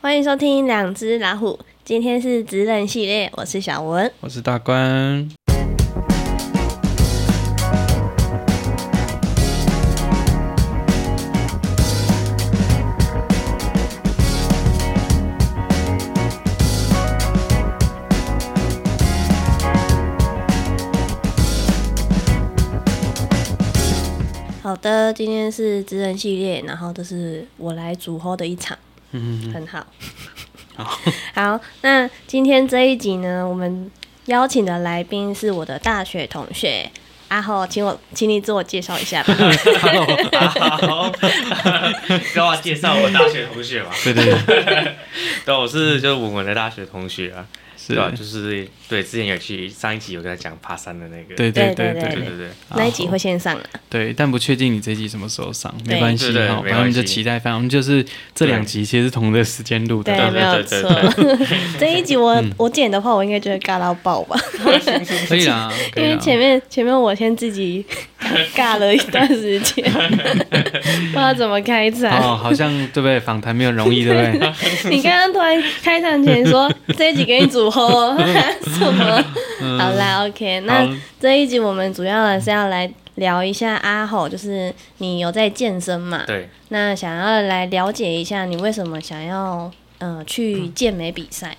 欢迎收听《两只老虎》，今天是职人系列，我是小文。我是大官。好的，今天是职人系列，然后这是我来主后的一场，嗯，很好。好，好，那今天这一集呢，我们邀请的来宾是我的大学同学阿浩，请我，请你自我介绍一下吧。嗯 好，跟我啊介绍我大学同学嘛。对对对，对，啊我是就是我们的大学同学啊，是对吧、就是对，之前有去上一集有跟他讲爬山的那个，对对对对对对对对，那一集会先上啊，对，但不确定你这集什么时候上，对没关系对对哈，没反正我们关就系期待，反正我们就是这两集其实是同一个时间录的，对，对没有对对错。这一集我我剪的话，我应该就会尬到爆吧，可以啦，可因以啊啦为前面前面我先自 己尬了一段时间，不知道怎么开场。哦，好像对不对？访谈没有容易，对不对？你刚刚突然开场前 说这一集给你组合哦 什么？好啦，OK，那嗯好这一集我们主要的是要来聊一下阿吼，就是你有在健身嘛？对那想要来了解一下你为什么想要呃去健美比赛？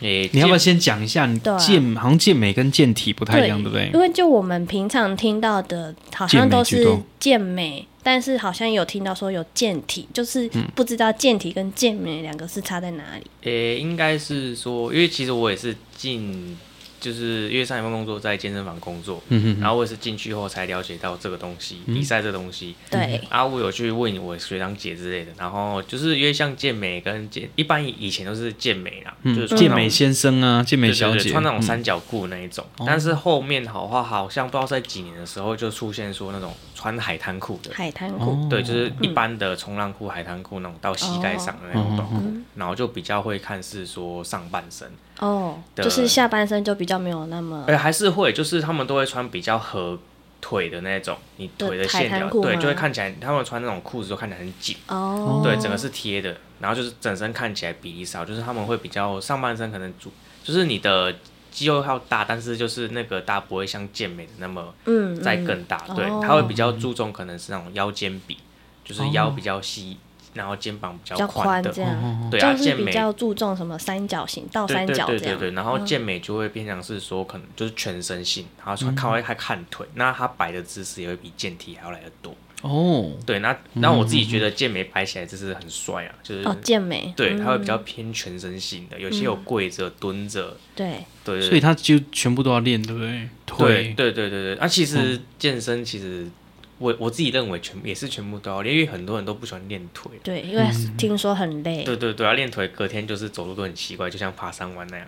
你你要不要先讲一下？你对啊健好像健美跟健体不太一样，对不对因？为就我们平常听到的，好像都健美居是多健美，但是好像有听到说有健体，就是嗯不知道健体跟健美两个是差在哪里。诶、应该是说，因为其实我也是进，就是因为上一份工作在健身房工作，嗯然后我也是进去后才了解到这个东西，比赛这东西。对，啊，我有去问我学长姐之类的，然后就是因为像健美跟健，一般以前都是健美啦，就是嗯，穿健那种美先生啊，健美对对小对姐嗯哦穿那种三角裤那一种。但是后面好话好像不知道在几年的时候就出现说那种穿海滩裤的，海滩裤，哦，对，就是一般的冲浪裤、海滩裤那种到膝盖上的那哦种短裤，然后就比较会看是说上半身，哦，的就是下半身就比较没有那么哎，还是会就是他们都会穿比较合。腿的那种，你腿的线海滩条裤对，吗就会看起来，他们穿那种裤子都看起来很紧，哦，对，整个是贴的，然后就是整身看起来比例少，就是他们会比较上半身可能主，就是你的肌肉要大，但是就是那个大不会像健美的那么嗯，再嗯更大，嗯对哦，他会比较注重可能是那种腰间比，就是腰比较细，然后肩膀比比较较宽宽哦这的，样，对啊，就是健比美。较注重什么三角形、倒对三对角对这对样。嗯对，然后健美就会变成是说，可能就是全身性，然后嗯看会还看腿，那他摆的姿势也会比健体还要来得多。哦，对，那嗯那我自己觉得健美摆起来姿势很帅啊，就是哦，健美，对，嗯它会比较偏全身性的，有些有跪着、蹲着，对，对所以对他就全部都要练，对不对？对腿，对对对对。那其嗯实健身其实我我自己认为全也是全部都要练，因为很多人都不喜欢练腿。对，因为听说很累，嗯对对对，要啊练腿，隔天就是走路都很奇怪，就像爬山弯那样，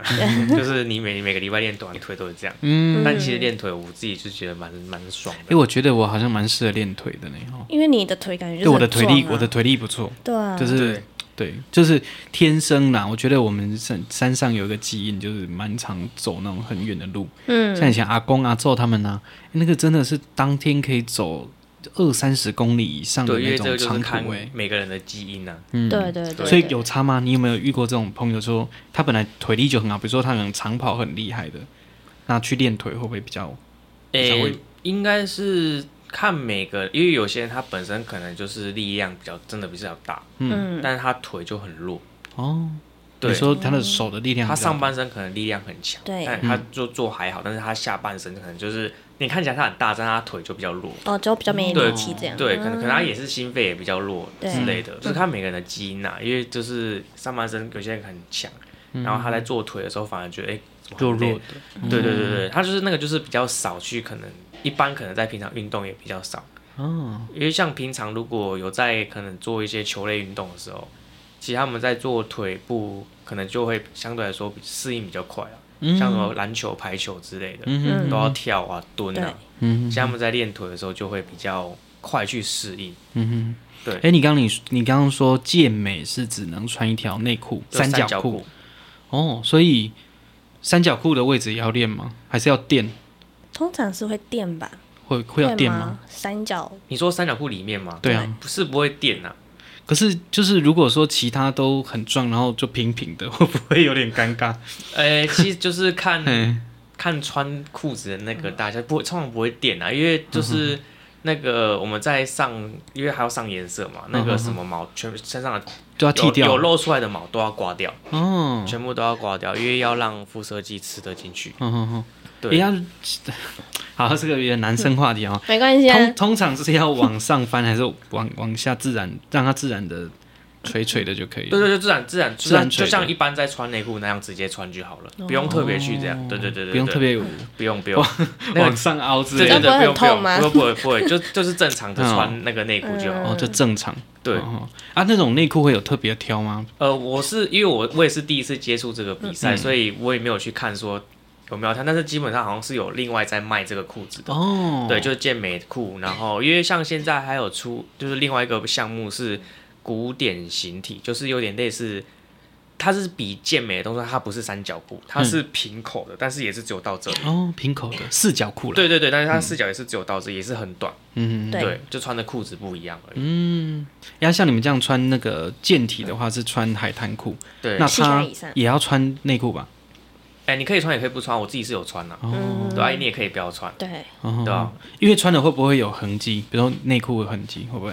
就是你每每个礼拜练短腿都是这样。嗯，但其实练腿，我自己就觉得蛮蛮爽哎，的。我觉得我好像蛮适合练腿的呢，哦。因为你的腿感觉对就是我的腿力，很壮啊我的腿力不错，对啊，就是对，就是天生啦。我觉得我们山山上有一个基因，就是蛮常走那种很远的路，嗯，像以前阿公阿宙他们呢、那个真的是当天可以走二三十公里以上的对，因那为这种个就是长看途哎、每个人的基因啊。嗯，对对对，所以对有差吗？你有没有遇过这种朋友说他本来腿力就很好，比如说他可能长跑很厉害的，那去练腿会不会比较？比较诶、会应该是看每个，因为有些人他本身可能就是力量比较真的比较大，嗯但是他腿就很弱，哦，对你说他的手的力量比较，嗯他上半身可能力量很强，对但他就做还好，但是他下半身可能就是你看起来他很大，但他腿就比较弱，哦，就比较没对力气这样，嗯对，可能可能他也是心肺也比较弱嗯对之类嗯的，就是看每个人的基因呐，因为就是上半身有些人很强，然后他在做腿的时候反而觉得哎。怎就么很累嗯弱的，对对对对，他就是那个就是比较少去，可能一般可能在平常运动也比较少，哦，因为像平常如果有在可能做一些球类运动的时候，其实他们在做腿部可能就会相对来说比适应比较快啊，嗯像什么篮球、排球之类的，嗯都要跳啊、蹲啊，嗯其实他们在练腿的时候就会比较快去适应。嗯哼，对哎、你刚你你刚刚说健美是只能穿一条内裤，就三角角裤，哦，所以三角裤的位置也要练吗？还是要垫？通常是会垫吧，会会要会垫吗？吗？三角你说三角裤里面吗？对啊，不是不会垫啊，可是就是如果说其他都很壮，然后就平平的， 会不会有点尴尬？哎、其实就 是看嗯，看穿裤子的那个大家不会，通常不会点啊，因为嗯就是那个我们在上，因为还要上颜色嘛，那个什么毛全身上的嗯就要剃有有掉露出来的毛都要刮掉，哦。全部都要刮掉，因为要让辐射剂吃得进去。嗯哼哼，对，要好，这个有点男生话题哦。没关系啊通，通常是要往上翻，还是往 往下自然，让它自然的垂垂的就可以对了。对对，自然自然自然就垂的像一般在穿内裤那样直接穿就好了，不用特别去这样。对对对哦对，不用对特别有不用不用，那个往上凹之对类对的，这对，样不会不很用不用痛吗不会不会不会，就就是正常的嗯穿那个内裤就好。哦，就正常。对哦，哦啊，那种内裤会有特别挑吗？呃，我是因为我我也是第一次接触这个比赛，嗯所以我也没有去看说有没有它，但是基本上好像是有另外在卖这个裤子的。哦，对，就是健美裤，然后因为像现在还有出，就是另外一个项目是古典形体，就是有点类似，它是比健美的动作，它不是三角裤，它嗯是平口的，但是也是只有到这里。哦，平口的四角裤了。对对对，但嗯是它视角也是只有到这，也是很短，嗯，嗯，对对，就穿的裤子不一样而嗯已。要像你们这样穿那个健体的话，是穿海滩裤，对，那膝盖他以上也要穿内裤吧？哎，你可以穿也可以不穿，我自己是有穿的、哦，对啊，你也可以不要穿，对，哦对啊，因为穿了会不会有痕迹？比如说内裤有痕迹，会不会？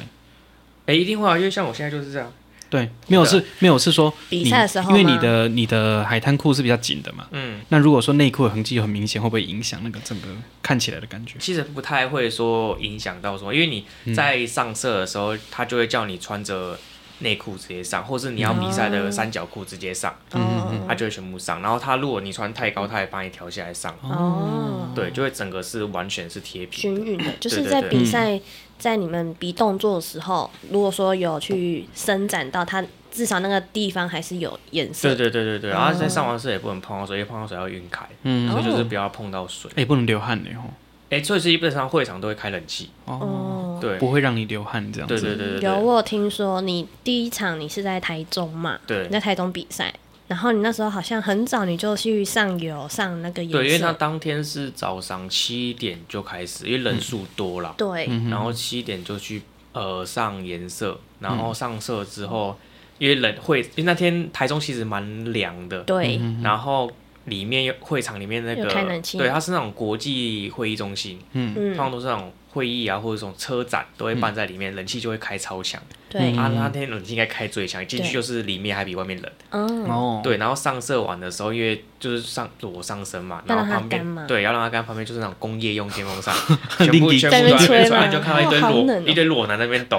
哎，一定会啊，因为像我现在就是这样。对，没有对是，没有是说比你赛的时候因为你吗的你的海滩裤是比较紧的嘛。嗯，那如果说内裤的痕迹很明显，会不会影响那个整个看起来的感觉？其实不太会说影响到什么，因为你在上色的时候，他就会叫你穿着内裤直接上，或是你要比赛的三角裤直接上，哦他就会全部上。然后他如果你穿太高，他也帮你调下来上，哦，对，就会整个是完全是贴皮。均匀的，就嗯对是对嗯在对比赛，在你们比动作的时候，如果说有去伸展到它，至少那个地方还是有颜对色。对对对对，然后哦在上完色也不能碰到水，因为碰到水要晕开，嗯，所以就是不要碰到水。哎、不能流汗呢吼，哎、所以基本上会场都会开冷气，哦，哦，对不会让你流汗这样子。对嗯对对对有哦对我有听说你第一场你是在台中嘛？对你在台中比赛，然后你那时候好像很早你就去上游上那个颜色，对，因为他当天是早上七点就开始，因为人数多啦。对嗯然后七点就去呃上颜色，然后上色之后，因为冷会，因为那天台中其实蛮凉的，对嗯然后里面有会场里面那有个开冷气对，它是那种国际会议中心，通常嗯都是那种会议啊或者这种车展都会办在里面，冷气就会开超强，对啊那天冷气应该开最强，进去就是里面还比外面冷，嗯哦， 对，然后上色完的时候，因为就是上裸上身嘛，要让然后它旁干嘛边对，要让它干，旁边就是那种工业用电 风扇，全部拎全在那部边都在吹吹嘛你就看到一堆哦好裸、冷哦一堆裸男在那边抖，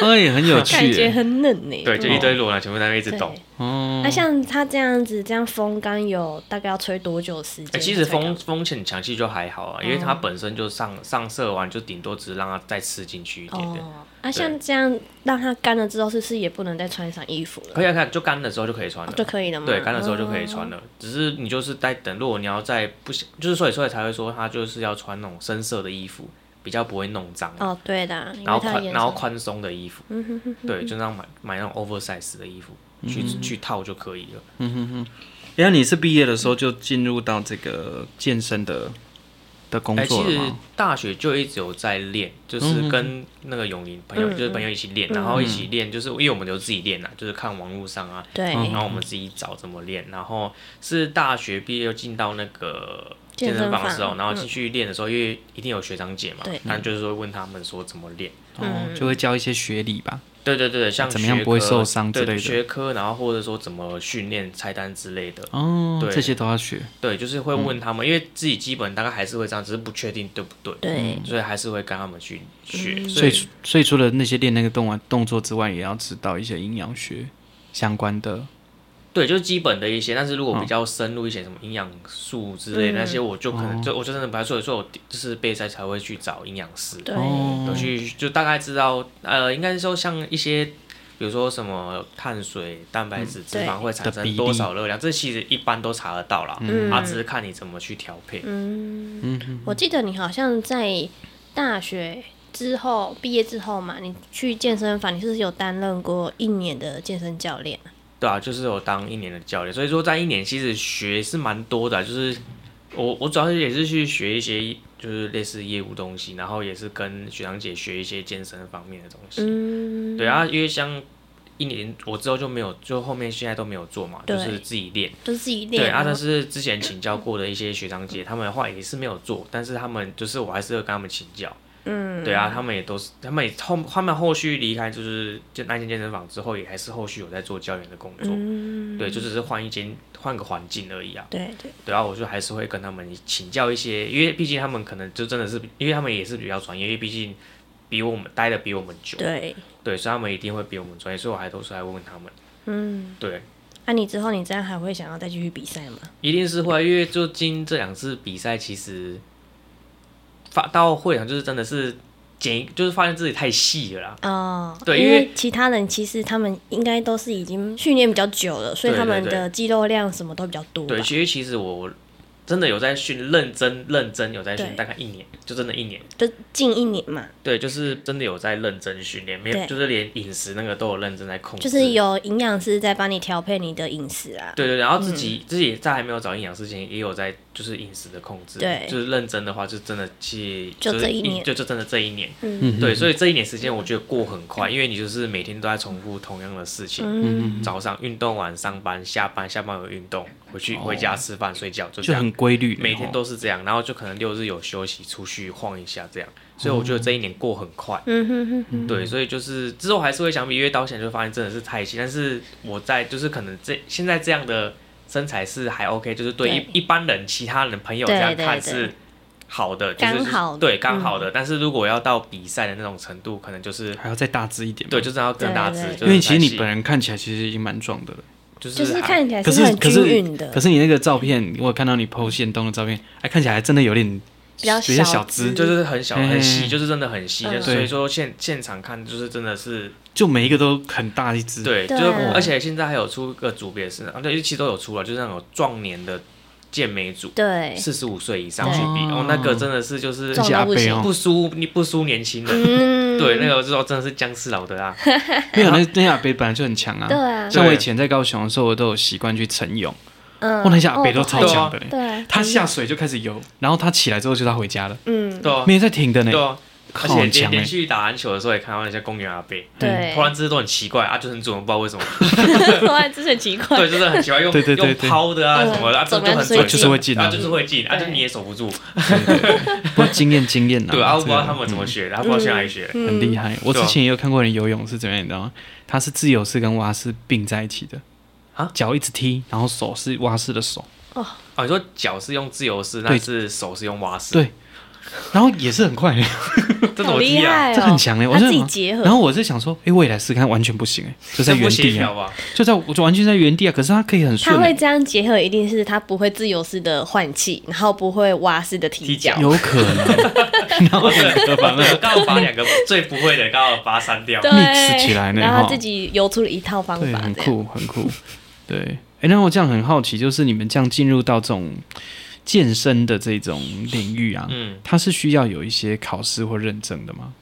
哎、很有趣感觉耶。很冷呢。对，就一堆裸男全部在那边一直对抖。哦嗯那、，像他这样子，这样风干有大概要吹多久的时哎、间？其实风风很强，其实就还好啊，因哦为它本身就上上色完，就顶多只是让它再吃进去一点点。哦，啊，像这样让它干了之后，是不是也不能再穿上衣服了？可以啊，看就干的时候就可以穿了哦，就可以了哦吗？对，干的时候就可以穿了。只是你就是在等，如果你要在不想，就是所以所以才会说它就是要穿那种深色的衣服，比较不会弄脏。哦，对的，因然为后它宽颜然后色宽松的衣服，对，就那样买买那种 oversize 的衣服嗯去去套就可以了。哎、那你是毕业的时候就进入到这个健身的的工哎，作其了实吗？嗯大学就一直有在练，就是跟那个永林朋友，就是朋友一起练，然后一起练，就是因为我们都自己练呐，就是看网络上啊，对然后我们自己找怎么练，然后是大学毕业又进到那个。健身房的健时身候，房然后进去练的时候，因为一定有学长姐嘛对，那就是会问他们说怎么练，嗯哦，就会教一些学理吧。对对对，像怎么样学不会科受伤之对类的学科，然后或者说怎么训练菜单之类的，哦，对这些都要学。对，就是会嗯问他们，因为自己基本大概还是会这样，只是不确定对不对，对所以还是会跟他们去学。所所以以，所以除了那些练那个动完动作之外，也要知道一些营养学相关的。对，就是基本的一些，但是如嗯果比较深入一些，什么营养素之类的那些，我就可哦能就我就真的不太所以所以我就是备赛才会去找营养师，对有去嗯就大概知道，呃，应该是说像一些。比如说什么碳水、蛋白质、嗯脂对肪会产的比生例多少热量，这其实一般都查得到啦，嗯啊，只是看你怎么去调配。我记得你好像在大学之后毕业之后嘛，你去健身房，你是不是有担任过一年的健身教练啊？对啊，就是有当一年的教练，所以说在一年其实学是蛮多的啊、就是我我主要是也是去学一些就是类似业务东西，然后也是跟学长姐学一些健身方面的东西。嗯，对啊，因为像一年我之后就没有，就后面现在都没有做嘛，就对是自己练。都是自己对练啊，啊。但是之前请教过的一些学长姐，他们的话也是没有做，但是他们就是我还是会跟他们请教。嗯，对啊，他们也都是，他们也后他们后续离开就是就那间健身房之后，也还是后续有在做教练的工作。嗯，对，就只是换一间换个环境而已啊。对对对啊，我就还是会跟他们请教一些，因为毕竟他们可能就真的是，因为他们也是比较专业，因为毕竟比我们待的比我们久，对，对，所以他们一定会比我们专业，所以我还都是来问问他们。嗯，对，那、你之后你这样还会想要再继续比赛吗？一定是会，因为就经这两次比赛，其实发到会场就是真的是减，就是发现自己太细了啦。哦，对因因为其他人其实他们应该都是已经训练比较久了，所以对他对们对的肌肉量什么都比较多吧。对，其实其实我真的有在训，认真认真有在对训，大概一年，就真的一年。就近一年嘛，对，就是真的有在认真训练，没对有就是连饮食那个都有认真在控就制。是有营养师在帮你调配你的饮食啊。对对，然后自己、自己在还没有找营养师前，也有在就是饮食的控制，对就是认真的话，就真的去就这是一年就就真的这一年，嗯，对，所以这一年时间我觉得过很快，因为你就是每天都在重复同样的事情，嗯早上运动完上班，下班下班有运动，回去回家吃饭睡觉，就这就样，很哦规律，每天都是这样，然后就可能六日有休息出去晃一下这样，所以我觉得这一年过很快。嗯哼哼哼，对，所以就是之后还是会想比，因为到现在就发现真的是太细。但是我在就是可能这现在这样的身材是还 OK，就是对对一一般人、其他人朋友这对样对看对是好的，就是刚好的嗯对刚好的。但是如果要到比赛的那种程度，可能就是还要再大致一点嘛。对，就是要更大对只对。就是因为其实太你细本人看起来其实已经蛮壮的了，就就是还看起来可很可均是匀的可，是你那个照片，我有看到你 PO 线动的照片，哎，看起来还真的有点比较比较小小资，就就是很小很嗯细，就是真的很细。嗯就是所以说现现场看就是真的是就每一个都很大一只，对，对就是啊而且现在还有出个组别是，啊对，其实都有出了，就是那种壮年的健美组。对，四十五岁以上哎对去比，哦哦，那个真的是就是重而且阿贝不哦，输你不输年轻人，嗯，对，那个时候真的是僵尸老 的啊，没有那那些阿贝本来就很强啊对。啊，像我以对前在高雄的时候，我都有习惯去晨泳，嗯，哇，那些阿贝都哦超对啊强的嘞。欸对啊，他下水就开始游，然后他起来之后就他回家了，嗯，对啊，没有在停的呢对。啊，而靠且很连强哎连，续打篮球的时候也看到那些公园阿伯，对，投篮姿势都很奇怪啊，就是很准，不知道为什么， 突然之前奇怪，对，就是很奇怪，用对对对用对抛的啊嗯什么的，啊，怎就么样就很就是会准，进就是会进啊啊，就是会进，啊，对就你也守不住，不过经验经验呐， 对啊，我不知道这他个们怎么学嗯的，他不知道去哪里学的，很厉害。我之对啊前也有看过人游泳是怎么样，你知道吗？他是自由式跟蛙式并在一起的，啊脚一直踢，然后手是蛙式的手，啊，你说脚是用自由式，对但是手是用蛙式，对然后也是很快，这怎好么厉踢啊？害哦，这很强哎，我他就自己想结合然，后我在想说，哎，我也来试试看，完全不行哎，就在这不原协地调啊，吧？就在我就完全在原地啊，可是他可以很顺他会欸，这样结合，一定是他不会自由式的换气，然后不会蛙式的踢踢脚脚。有可能， 然后两个反正刚好把两个最不会的刚好把它删掉。对， mix 起来呢然后哈自己游出了一套方对，法，很这样。酷，很酷。对，哎、那我这样很好奇，就是你们这样进入到这种健身的这种领域啊，嗯，它是需要有一些考试或认证的吗？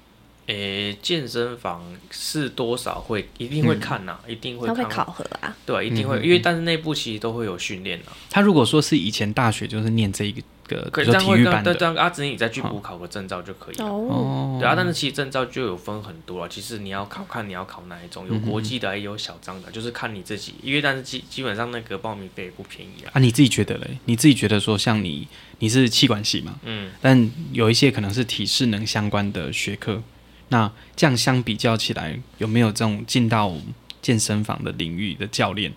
诶，健身房是多少会一定嗯会看呐、一定会他会看，考核啊，对啊、一定会，因为但是内部其实都会有训练呐、他如果说是以前大学就是念这一个，比可以如这说样体会育这样班对这的，样，啊，只是你再去补考个证照就可以了。哦，哦，对啊，但是其实证照就有分很多啊。其实你要考，看你要考哪一种，嗯有国际的，也有小张的，就是看你自己。因为但是基基本上那个报名费也不便宜啊。啊，你自己觉得嘞？你自己觉得说，像你你是气管系嘛，嗯，但有一些可能是体适能相关的学科，那这样相比较起来，有没有这种进到健身房的领域的教练，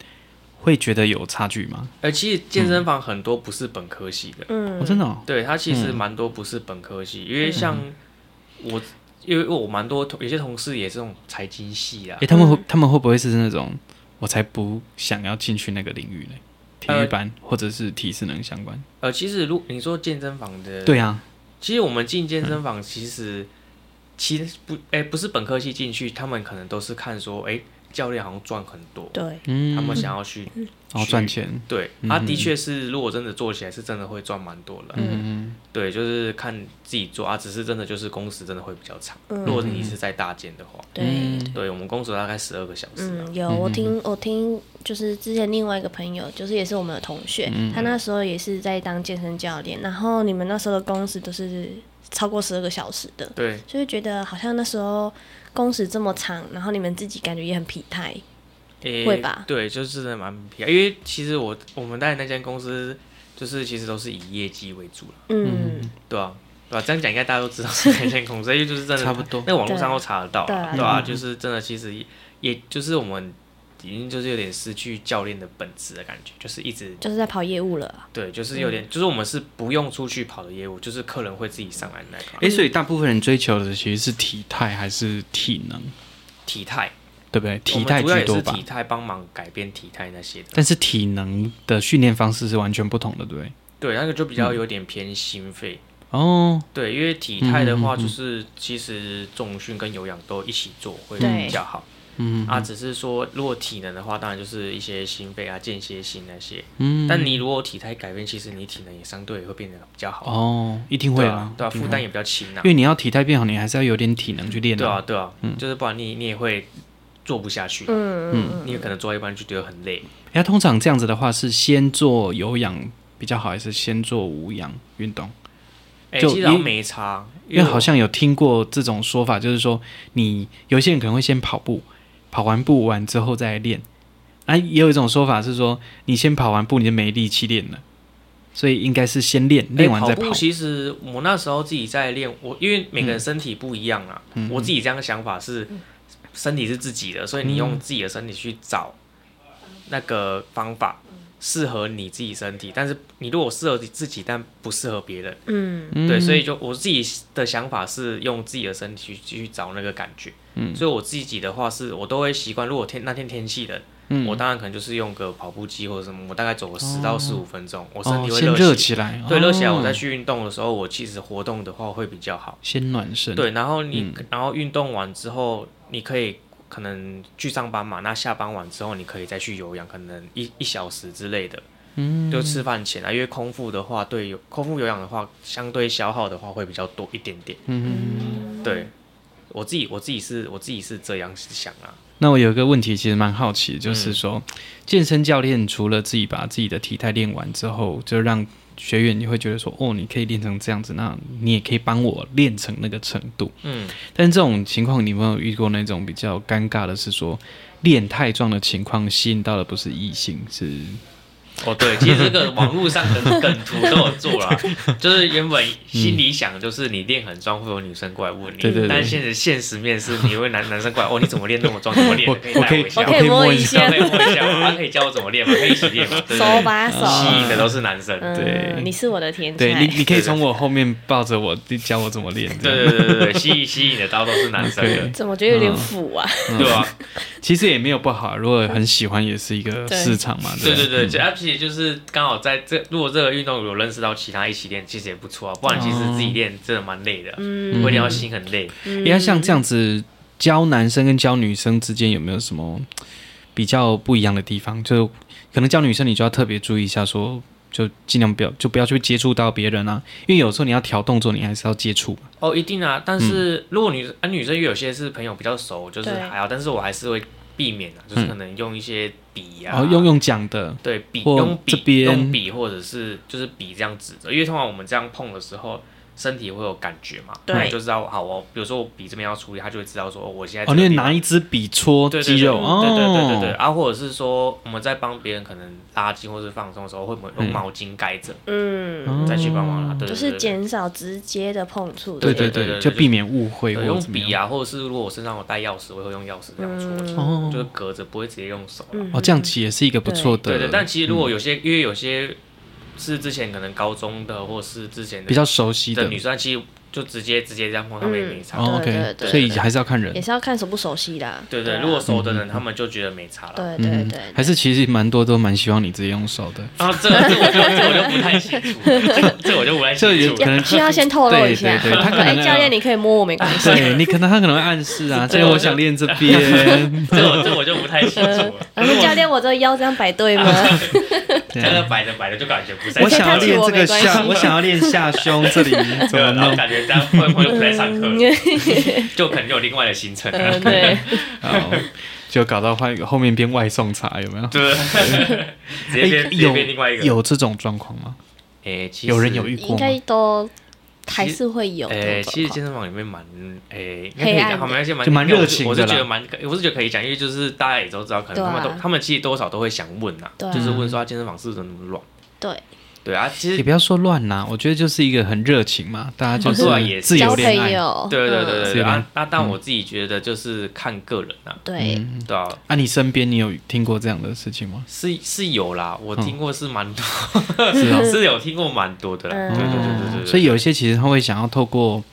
会觉得有差距吗？而呃其实健嗯身房很多不是本科系的，哦，嗯，真的、哦，对它其实蛮多不是本科系，嗯因为像我，因为我蛮多同有些同事也是这种财经系啊诶，，他们会他们会不会是那种我才不想要进去那个领域呢？体育班、或者是体适能相关？呃，其实如你说健身房的，，对嗯啊，其实我们进健身房，其实、其实不，哎、不是本科系进去，他们可能都是看说，哎、教练好像赚很多，对，嗯，他们想要去然后赚钱，对，他、的确是，如果真的做起来，是真的会赚蛮多的。嗯，对，就是看自己做啊，只是真的就是工时真的会比较长。嗯如果你是在大间的话，对，嗯对我们工时大概十二个小时啊、嗯，有我听我听，就是之前另外一个朋友，就是也是我们的嗯同学，他那时候也是在当健身教练，然后你们那时候的工时都是超过十二个小时的，对，就会觉得好像那时候工时这么长，然后你们自己感觉也很疲态。诶会吧对，就是真的蛮疲，因为其实我我们待的那间公司，就是其实都是以业绩为主了，嗯，对啊，对啊，这样讲应该大家都知道是哪间公司，因为就是真的 差不多。那网络上都查得到对啦，啊对啊，嗯就是真的，其实也也就是我们已经就是有点失去教练的本质的感觉，就是一直就是嗯在跑业务了。对，就是有点，就是我们是不用出去跑的业务，就是客人会自己上来那个诶，所以大部分人追求的其实是体态还是体能，体态，对不对？我体们态主要居也是多吧体。态帮忙改变体态那些的，但是体能的训练方式是完全不同的，对不对？对，那个就比嗯较有点偏心肺，哦，对，因为体态的话，嗯嗯嗯嗯就是其实重训跟有氧都一起做会对比较好。嗯啊，只是说如果体能的话，当然就是一些心肺啊、间歇性那些。嗯，但你如果体态改变，其实你体能也相对也会变得比较好。哦，一定会对啊啊，，对啊，一定会负担也比较轻啊因。为你要体态变好，你还是要有点体能去练对啊，。对啊，嗯就是不然你你也会做不下去，嗯嗯你有可能做到一半就觉得很累。哎、通常这样子的话，是先做有氧比较好，还是先做无氧运动？哎，就其实因好像没差，因为我好像有听过这种说法，就是说你有些人可能会先跑步，跑完步完之后再练。啊，也有一种说法是说，你先跑完步你就没力气练了，所以应该是先练，哎练完再跑跑。嗯步其实我那时候自己在练，我因为每个人身体不一样啊，我自己这样的想法是，身体是自己的，所以你嗯用自己的身体去找那个方法适合你自己身体，但是你如果适合自己，但不适合别人，嗯嗯对，所以就我自己的想法是用自己的身体去去找那个感觉，嗯所以我自己的话是我都会习惯，如果天那天天气冷，嗯我当然可能就是用个跑步机或者什么，我大概走个十到十五分钟，我身哦体，会先热热起来，对，热起来哦我再去运动的时候，我其实活动的话会比较好。先暖身。对，嗯然后你、然后运动完之后，你可以可能去上班嘛，那下班完之后你可以再去有氧，可能一一小时之类的。嗯，就吃饭前啊，因为空腹的话，对有空腹有氧的话，相对消耗的话会比较多一点点。嗯，对，我自己我自己是我自己是这样想啊。那我有一个问题，其实蛮好奇的，就是说，嗯健身教练除了自己把自己的体态练完之后，就让学员你会觉得说，哦，你可以练成这样子，那你也可以帮我练成那个程度。嗯，但这种情况，你有没有遇过那种比较尴尬的是说，练太壮的情况吸引到的不是异性，是哦，对，其实这个网络上的梗图都有做啦，就是原本心里想就是你练很壮会有女生过来问你，嗯对对对但现实现实面是你会男男生过来哦，你怎么练那么壮？怎么练？我可以我带可以我我可？以摸一一下吗我下可，以问一下吗？他可以教我怎么练吗？可以一起练吗？对对手对，把手。吸引的都是男生。嗯对嗯，你是我的天对你，才。你可以从我后面抱着我，教我怎么练。这样对对对对对，吸吸引的 刀都是男生的，怎么觉得有点腐啊？对吧？嗯其实也没有不好，啊如果很喜欢，也是一个对市场嘛。嗯对不对对，而且就是刚好在这，如果这个运动有认识到其他一起练，其实也不错啊。不然其实哦自己练真的蛮累的，啊会练到心很累。嗯因为像这样子教男生跟教女生之间有没有什么比较不一样的地方？就可能教女生你就要特别注意一下说。就尽量不要，就不要去接触到别人啊，因为有时候你要调动作，你还是要接触嘛。哦，一定啊！但嗯是如果女啊女生有些是朋友比较熟，就是对还好，但是我还是会避免啊，就是可能用一些笔然啊，后嗯哦用用讲的，对笔或用这笔边用笔或者是就是笔这样指着，因为通常我们这样碰的时候。身体会有感觉嘛？对那你就知道好哦。比如说我笔这边要处理，他就会知道说，哦，我现在哦，这个你地方拿一支笔戳对肌肉，对对对对对对对，哦，啊，或者是说我们在帮别人可能拉筋或是放松的时候，会不会用毛巾盖着、嗯，哦再去帮忙拉？对就对是对对减少直接的碰触。对对对对对对就对避免误会对，或用怎么笔样。啊，或者是如果我身上有带钥匙，我会用钥匙这样戳着，哦就是隔着，不会直接用手啦。嗯哦，这样其实也是一个不错的，对对，但其实如嗯果有些，因为有些是之前可能高中的，或是之前的嗯比较熟悉的的女生，其实就直接直接这样碰他们也没嗯差。哦对对，OK，对所以对还是要看人也。是要看熟不熟悉啦。对对，啊如果熟的嗯人，他们就觉得没差了。对对对，还是其实蛮多都蛮希望你自己用手的，啊，这这我就这我就不太清楚了，这 个这我就不太这清有楚可了。能需要先透露一下。对对对他可能哎教练，你可以摸我没关 系。对你可能他可能会暗示啊，这所个以我想练这 边，这我这我就不太清楚了。老师教练，我这腰这样摆对 吗？对在那啊摆着摆着就感觉不在，我想要可以练看这起个我没关下，系我想要练下胸这里怎对么啊，然后 弄？感觉这样会会不在上课， 就可能有另外的行程了。嗯，对，好，就搞到换后面变外送茶有没 有？对，直接变哎直接变另外一个。有有这种状况吗？哎诶，其实有人有遇过应吗？该都还是会有哎、这种其状实健况。身房里面蛮哎，应该可黑以暗讲，好，没关系，蛮就蛮热情的我是啦觉得蛮，我是觉得可以讲，因为就是大家也都知道，可能他们都，对啊他们其实多少都会想问呐、对啊就是问说他健身房是不是那么乱？对，对啊，其也实不要说乱啦，我觉得就是一个很热情嘛，大家就哦对啊也是是自由交恋爱朋。友，对对嗯对对是对吧啊，那但我自己觉得就是看个人呐、对对啊，啊，你身边你有听过这样的事情吗？是是有啦，我听过是蛮多，嗯是啊 是有听过蛮多的啦，嗯对对对对对对，所以有一些其实他会想要透过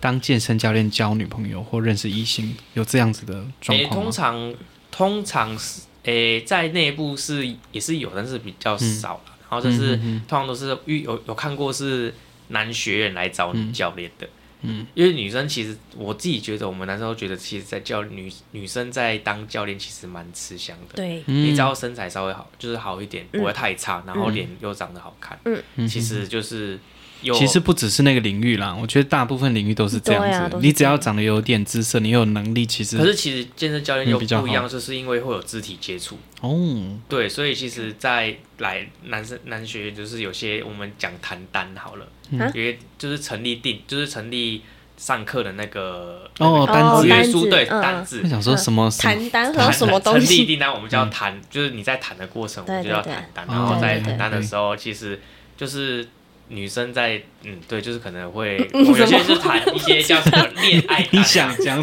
当健身教练交女朋友或认识异性，有这样子的状诶况通吗？常通常是诶、在内部是也是有，但是比较少啦嗯然后就是、通常都是因为有有看过是男学员来找女教练的。嗯，因为女生其实我自己觉得，我们男生都觉得，其实，在教女女生在当教练其实蛮吃香的。对你嗯只要身材稍微好，就是好一点，不会太差，然后脸又长得好看，嗯嗯其实就是有其实不只是那个领域啦，我觉得大部分领域都是这样对啊子。都是你只要长得有点姿色，你有能力，其实可是其实健身教练嗯又比较好不一样，就是因为会有肢体接触，哦，对，所以其实，在来男生男学员，就是有些我们讲谈单好了，嗯因为就是成立定，就是成立上课的那个哦那个单子约书哦单子对嗯单子我，想说什么什么谈单和谈什么东成立西，订单我们就要谈，就是你在谈的过程，我们对就要对对谈单，哦然后在对对谈单的对时候，其实就是女生在嗯，对，就是可能 会嗯我有什些么是谈一些叫什 么恋爱单，啊你想 讲？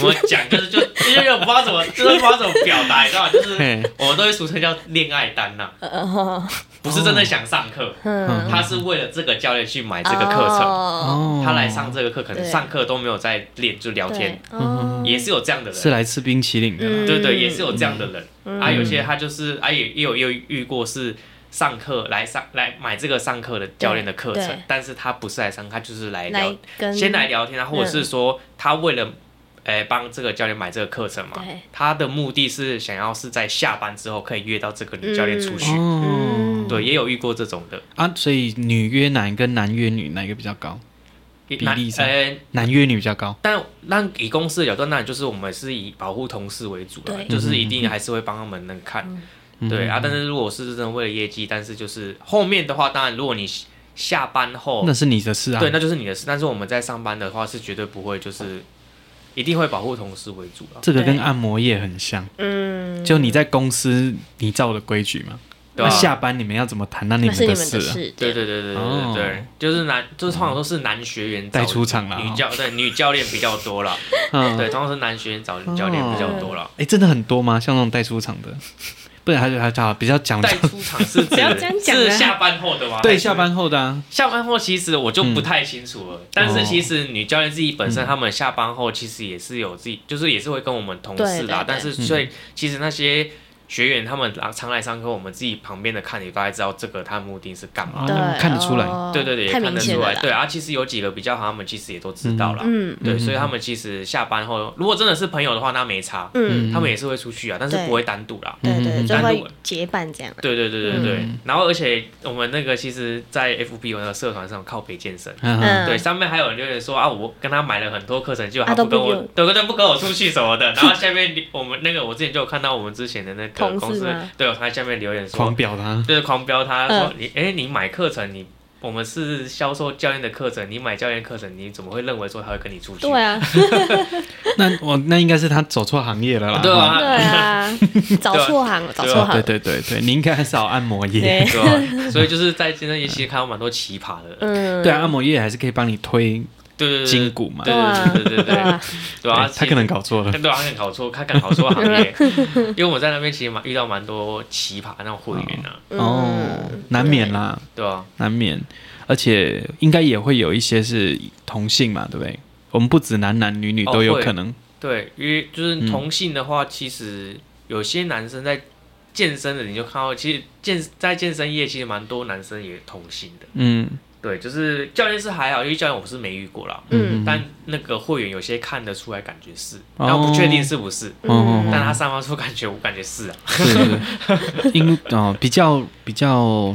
我们讲就是就就是不知道怎么，就是不知道怎么表达，你知道吗？就是嘿， 我们都会俗称叫恋爱单 呐、嗯不是真的想上课，嗯，他是为了这个教练去买这个课程，程哦，他来上这个课，可能对上课都没有在练，就聊天，哦，也是有这样的人，是来吃冰淇淋的啦。嗯对对，也是有这样的人、啊。有些他就是啊，也也有也有遇过是上课来上来买这个上课的教练的课对程对，但是他不是来上，他就是来聊来，跟嗯先来聊天啊，或者是说他为了。诶，帮这个教练买这个课程嘛对，他的目的是想要是在下班之后可以约到这个女教练出去，哦嗯，对，也有遇过这种的。啊，所以女约男跟男约女哪一个比较高？比例上呃，男约女比较高。但那以公司的角度，那就是我们是以保护同事为主的，对就是一定还是会帮他们能看，嗯对啊。但是如果是真的为了业绩，但是就是后面的话，当然如果你下班后那，是你的事啊。对，那就是你的事。但是我们在上班的话，是绝对不会就是一定会保护同事为主啊，这个跟按摩业很像，嗯，就你在公司你照的规矩嘛，对那啊吧、下班你们要怎么谈，那那你们是你的们事的啊。事，对对对对对对对，哦就是男，就是通常都是男学员找带出场了女哦教对女教练比较多了，嗯，对，通常是男学员找女教练比较多了。哎，真的很多吗？像那种带出场的， 不然还是还好，比较讲带出场是指 不要这样讲啊是下班后的吗？ 对还是下班后的啊，下班后其实我就嗯不太清楚了，但哦是其实女教练自己本身，她们下班后其实也是有自己，就是也是会跟我们同事对对对嗯啦。但是所以其实那些学员他们啊常来上课，我们自己旁边的看，你大概知道这个他的目的是干嘛。啊对，看得出来哦对对对，也太看明得显出了来。啦，对啊，其实有几个比较好，他们其实也都知道啦。嗯对，所以他们其实下班后，如果真的是朋友的话，那没差，嗯，他们也是会出去啊，但是对不会单独啦。对对，对嗯就单独会结伴 这样，对对对对对，然后而且我们那个其实，在 FB 有那个社团上靠北健身，嗯，嗯对，上面还有人留言说啊，我跟他买了很多课程，就他啊都不跟不我用，对对，不跟我出去什么的。然后下面我们那个我之前就有看到我们之前的那个同事公司吗，对，他在下面留言狂说，表达，就是狂飙他说嗯你哎，你买课程你。我们是销售教练的课程，你买教练课程，你怎么会认为说他会跟你出去？对啊， 那我那应该是他走错行业了啦。对啊对 啊， 找错行了，找对啊错对行，对对对，你应该是找按摩业。对，对吧？所以就是在健身业其实看到蛮多奇葩的，嗯， 对啊，按摩业还是可以帮你推对对对，筋骨嘛。对啊对对对对对啊，对啊，对哎他可能搞 错了。对啊，他敢搞错，他敢搞错 行业，因为我在那边其实蛮遇到蛮多奇葩那种会员啊，哦，难免啦，对啊吧、难免，而且应该也会有一些是同性嘛，对不对？我们不止男男女女哦都有会可能，对，因为嗯就是同性的话，其实有些男生在健身的，你就看到，其实健在健身业其实蛮多男生也同性的。嗯，对，就是教练是还好，因为教练我是没遇过啦，嗯但那个会员有些看得出来，感觉是，哦但我不确定是不是，哦嗯但他散发出感觉，我感觉是啊，是 是，因哦比较比较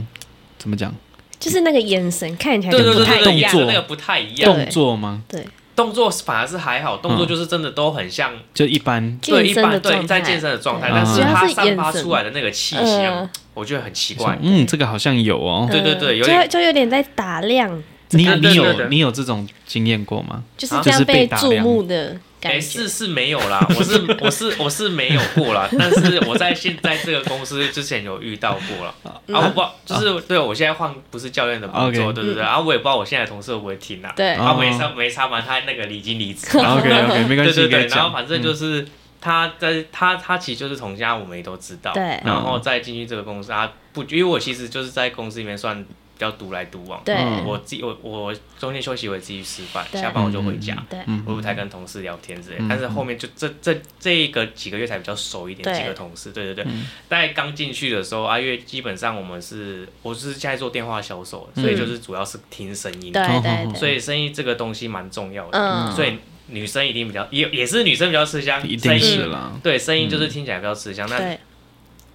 怎么讲就是那个眼神看起来对就对不对太对，一对样，动作那个不太一样，动作吗？对，动作反而是还好，动作嗯就是真的都很像就一般，对，一健身般的对状在态，健身的状态，对但是嗯它主要是散发眼神出来的那个气息啊，嗯，我觉得很奇怪。嗯，这个好像有哦，对对对，有就点就有点在打量，这你有个你对对有对你有这种经验过吗？就是这样被注目的哎，感觉是。是没有啦，我是我是我是没有过啦，但是我在现在这个公司之前有遇到过了啊，我不知道就是对我现在换不是教练的工 OK 作，对对对，啊，我也不知道我现在的同事会不会听啦，对，哦啊，没差没差嘛，他那个已经离职了， OK OK，没关对系，对可对，以然后讲。嗯反正就是嗯他在他他其实就是从家，我们也都知道，对然后再进去这个公司，他不，因为我其实就是在公司里面算比较独来独往，对嗯我自己我我中间休息我也自己去吃饭，对下班我就回家嗯。对嗯我舞台跟同事聊天之类嗯，但是后面就这这这一个几个月才比较熟一点，对几个同事，对对对。嗯在刚进去的时候啊，因为基本上我们是我是现在做电话销售，所嗯以就是主要是听声音，对哦对哦对，所以声音这个东西蛮重要的，嗯，所以女生一定比较也也是女生比较吃香，一声定音是嗯啦。对声音就是听起来比较吃香，那对，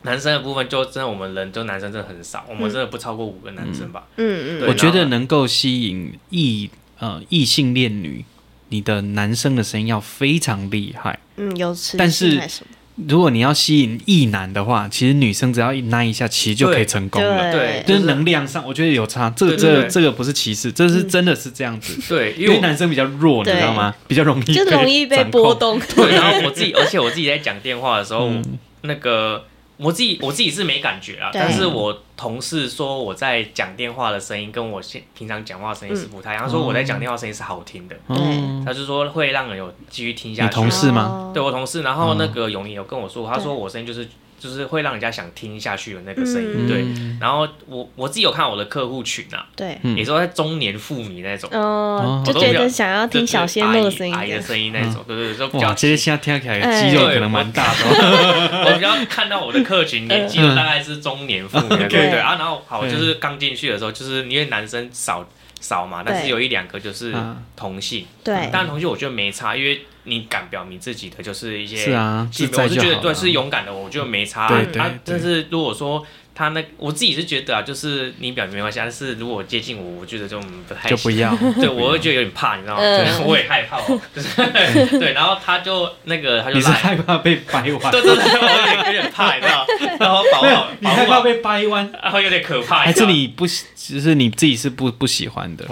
男生的部分就真的我们人就男生真的很少，我嗯们真的不超过五个男生吧，嗯嗯，对我觉然得后能够吸引异呃异性恋女，你的男生的声音要非常厉害。嗯，有吃，但是还什么如果你要吸引异男的话，其实女生只要一拉一下，其实就可以成功了。对就对是能量上，我觉得有差。这个对这对个对这个不是歧视，这是真的是这样子。对，因嗯因为为我男生比较弱，你嗯对知道吗？比较容易就容易被掌控波。动， 对，然后我自己，而且我自己在讲电话的时候，嗯那个我自己我自己是没感觉啊，对但是我同事说我在讲电话的声音跟我现平常讲话的声音嗯是不太一样，他说我在讲哦电话声音是好听的，嗯，他就说会让人有继续听下你去。同事嗯吗？哦对我同事，然后那个永宁有跟我说，他说我声音就是就是会让人家想听下去的那个声音，嗯对。然后我我自己有看我的客户群啊，对，嗯也是在中年妇女那种，哦，我就都觉比较得想要听小鲜肉的声音就是阿姨阿姨的声音那种，对对对，就比嗯较哇，这些现在听起来肌肉可能蛮大的哦。 我比较看到我的客群年纪大概是中年妇女，嗯对对对啊。然后好，就是刚进去的时候，就是因为男生少少嘛，但是有一两个就是嗯同性，对，但同性我觉得没差，因为你敢表明自己的就是一些是啊，基自本，在我是就觉好得了。对是勇敢的，我觉得没差啊。对对啊对但是如果说他那我自己是觉得啊，就是你表明没关系，但是如果接近我，我觉得就嗯不太就行不要。 对，我会觉得有点怕，你知道吗？嗯对我也害怕哦， 就是对，然后他就那个他就 你是来。害怕被掰弯？ 对对对，我有点有点怕，你知道？然后保护没好有，， 你害保护怕好，被掰弯，然后有点可怕。还是知道你不喜，就是你自己是不不喜欢的？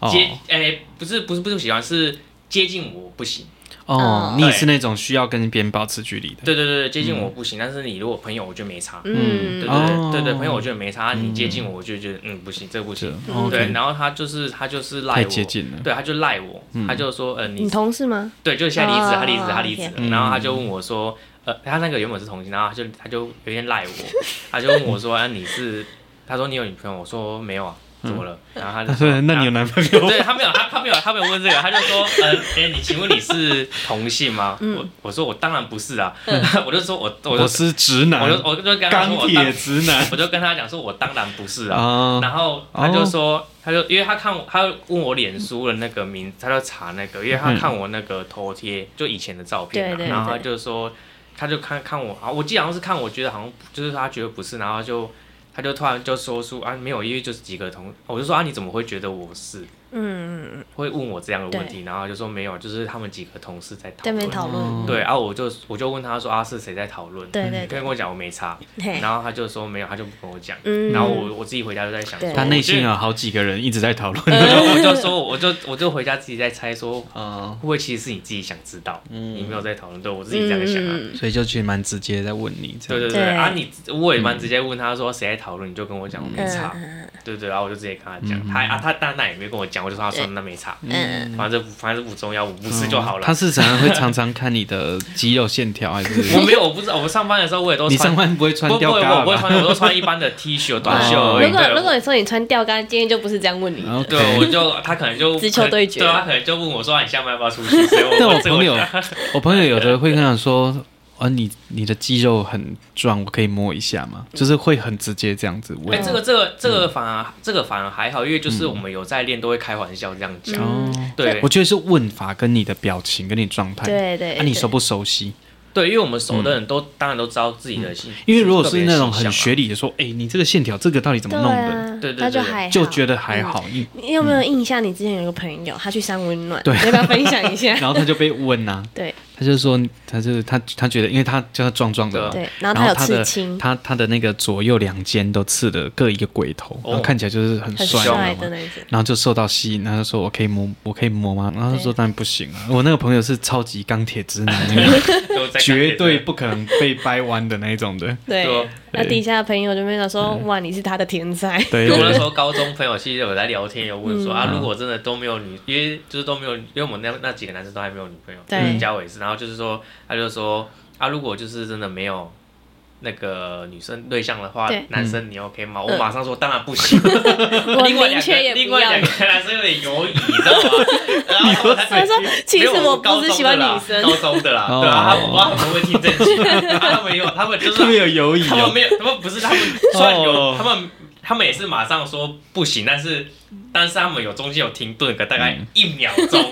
哦接？哎，不是不是不是不喜欢，是接近我不行。哦嗯，你也是那种需要跟别人保持距离 的。对对对，接近我不行。但是你如果朋友，我就没差。对嗯对哦嗯对对对，朋友我觉得没差。你接近我，我就觉得嗯不行，这个不行。 OK 对，然后他就是他就是赖太我接，近了。嗯对，他就赖我，他就说呃你你同事吗？对，就是现在离职，哦他离职，他离职了。天然后他就问我说，呃，他那个原本是同性，然后他就他就有点赖我，他就问我说，啊，你是？他说你有女朋友？我说没有啊，怎么了？然后他就他说：“那你有男朋友对他没有，他他没有，他没有问这个，他就说，呃，哎、你请问你是同性吗？我我说我当然不是啊， 我就说我？”我就我是直男我，就我就跟他钢说我铁当，直男我就跟他讲说我当然不是啊，啊。然后他就说，他就因为他看我，他问我脸书的那个名，他就查那个，因为他嗯看我那个头贴，就以前的照片、啊，对对然后他对就说，他就看看我，啊，我记得好像是看我觉得好像就是他觉得不是，然后就他就突然就说出啊没有，因为就是几个同，我就说啊你怎么会觉得我是？嗯，嗯会问我这样的问题，然后他就说没有，就是他们几个同事在讨在那边论。讨嗯论，对，然、啊后我就我就问他说啊是谁在讨论？对对对你可以跟我讲，我没差。嘿，然后他就说没有，他就不跟我讲。嗯，然后我我自己回家就在想说，对他内我觉心得有好几个人一直在讨论。然后我就 说，我就我就回家自己在猜说，会啊，不会其实是你自己想知道，嗯你没有在讨论，对我自己这样想啊。嗯所以就其实蛮直接在问你这样对对子。对，对啊你，我也嗯蛮直接问他说谁在讨论，你就跟我讲，我没差，嗯对对，然后我就直接跟他嗯讲，他啊他当然也没跟我讲，我就说他说那没差，嗯，反正反正不重要，我不吃就好了他。是常常会常常看你的肌肉线条，还 我是没有，我不知道，我上班的时候我也都你穿上，班不会穿不不吊不，嘎我了不会吧？穿，我都穿一般的 T 恤短袖哦而已。如果对如果你说你穿吊杆，今天就不是这样问你，啊 OK 对，我就他可能就直球对决对他可能就问我说啊你下班要不要出去？所以 但我我这个朋友，我朋友有的会跟他说。啊，你你的肌肉很壮，我可以摸一下吗？就是会很直接这样子哎、问。这个嗯这个这嗯个反而、这个反而还好，因为就是我们有在练，都会开玩笑这样嗯讲。哦，对我觉得是问法跟你的表情跟你状态。对对，那你对熟不熟悉？对，因为我们熟的人都、当然都知道自己的性，嗯因为如果是那种很特别的形象学理的说，哎、你这个线条这个到底怎么弄对的，啊嗯对对那就对还就好觉得还好，一你有没有印象？你之前有个朋友，他去三温暖，对 要不要分享一下？然后他就被问呐、啊对，他就说，他就是他他觉得，因为他叫他壮壮的嘛，对，然后然他后有他刺的青，他他的那个左右两肩都刺的各一个鬼头，哦然后看起来就是很很帅，你知道帅吗的那种。然后就受到吸引，他就说我可以摸，我可以摸吗？然后他说对当然不行啊，我那个朋友是超级钢铁直男 那种，都在绝对 不可能被掰弯的那一种的。对对，那底下的朋友就没有说，嗯哇，你是他的天才，对因为我那对时候高中朋友其实有在聊天，有问嗯说、啊，如果真的都没有女，因为就是都没有，因为我们那那几个男生都还没有女朋友，对就是嘉伟是，然后就是说，他就说啊，如果就是真的没有那个女生对象的话对，嗯男生你 OK 吗？我马上说当然不行，我 另外明两确个也另不外要两。个男生有点犹豫，你知道吗？然后他们才他说， 其实没有我高不中是喜欢的啦女生，高中的啦，哦对啊，他们哇，他们会听这集，他们有，他们就是特别有犹疑他们哦，没有，他们不是他们，虽然有哦，他们他们也是马上说不行，但是但是他们有中间有停顿个大概嗯一秒钟，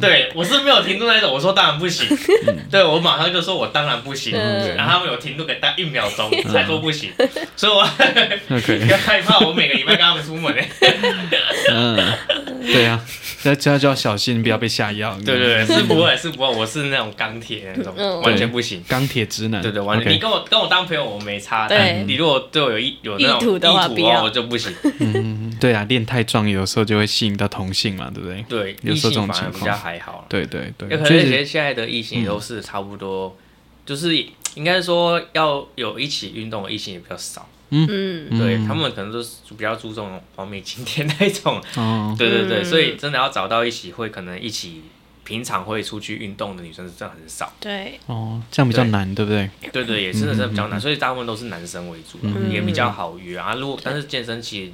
对我是没有停顿那种，我说当然不行，嗯对我马上就说我当然不行，嗯然后他们有停顿个大概一秒钟嗯才说不行，所以我 OK， 要害怕，我每个礼拜跟他们出门欸嗯，对啊，那这样就要小心，不要被下药。 嗯对对对，是不会是不会，我是那种钢铁那种，嗯完全不行。钢铁直男，对对，完全。你 OK，跟我跟我当朋友我没差，对但你如果对我有意有那种意图的话意不图的话要我就 不行。嗯，对啊，练太壮有时候就会吸引到同性嘛，对不对？对，有异时候性这种反而情比况较还好啦。对对对嗯有，可能就而是且现在的异性都是差不多，就是应该说要有一起运动的异性也比较少，嗯，嗯对他们可能都是比较注重完美今天那一种， 哦，对对对，嗯所以真的要找到一起会可能一起平常会出去运动的女生是真的很少，对，哦，这样比较对难，对不对？对对，也真嗯的是比较难，所以大部分都是男生为主啦，嗯也比较好约啊。如果但是健身嗯其实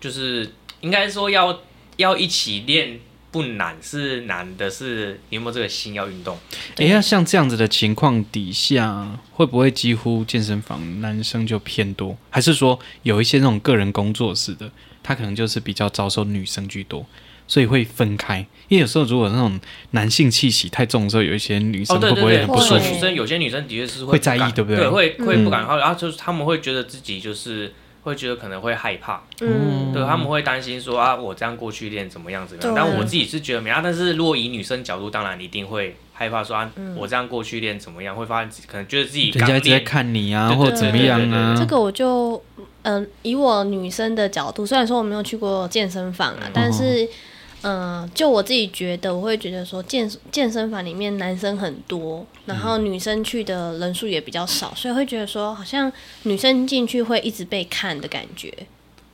就是应该说要要一起练不难，是难的是你有没有这个心要运动。哎，那像这样子的情况底下，会不会几乎健身房男生就偏多？还是说有一些那种个人工作室的，他可能就是比较招收女生居多，所以会分开？因为有时候如果那种男性气息太重的时候，有一些女哦，生对会对不会很对，不舒会女服？生有些女生的确是会不在意敢对不对对，会会嗯不敢，然后然后就是他们会觉得自己就是会觉得可能会害怕，哦嗯，对他们会担心说啊，我这样过去练怎么样怎么样。对但我自己是觉得没啊，但是如果以女生角度，当然一定会害怕说啊，嗯我这样过去练怎么样，会发现自己可能觉得自己人刚家一直在 练。看你啊，对对或者怎么样这啊？个我就，嗯、以我女生的角度，虽然说我没有去过健身房啊，但是，嗯、就我自己觉得，我会觉得说健健身房里面男生很多，然后女生去的人数也比较少，所以会觉得说好像女生进去会一直被看的感觉，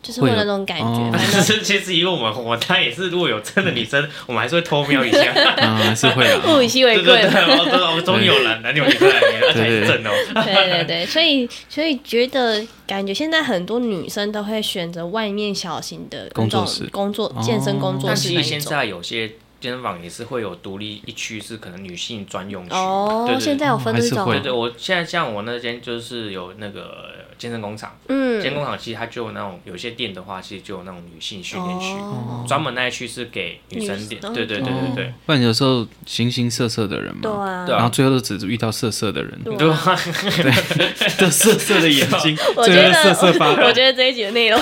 就是会有会有那种感觉。哦反正但是 其实因为我们我当然也是，如果有真的女生，我们还是会偷瞄 一下。啊，是会啊。物以稀为对贵对哦嘛，对，我终我终于有人，男女有女生来了，而且还是正哦。对对对，所以所以觉得感觉现在很多女生都会选择外面小型的工作那种室工作哦健身工作但室其那实一现种。在有些健身房也是会有独立一区，是可能女性专用区。对哦，对现在有分这还是会种，对对，我现在像我那间就是有那个健身工厂，健身嗯，工厂其实它就有那种有些店的话，其实就有那种女性训练区，哦，专门那一区是给女生女练。生对对对对对，不然有时候形形色色的人对嘛，啊，对啊然后最后都只遇到色色的人，对 对啊吧？都色色的眼 睛，我觉最后得瑟瑟发我我觉得这一集的内容，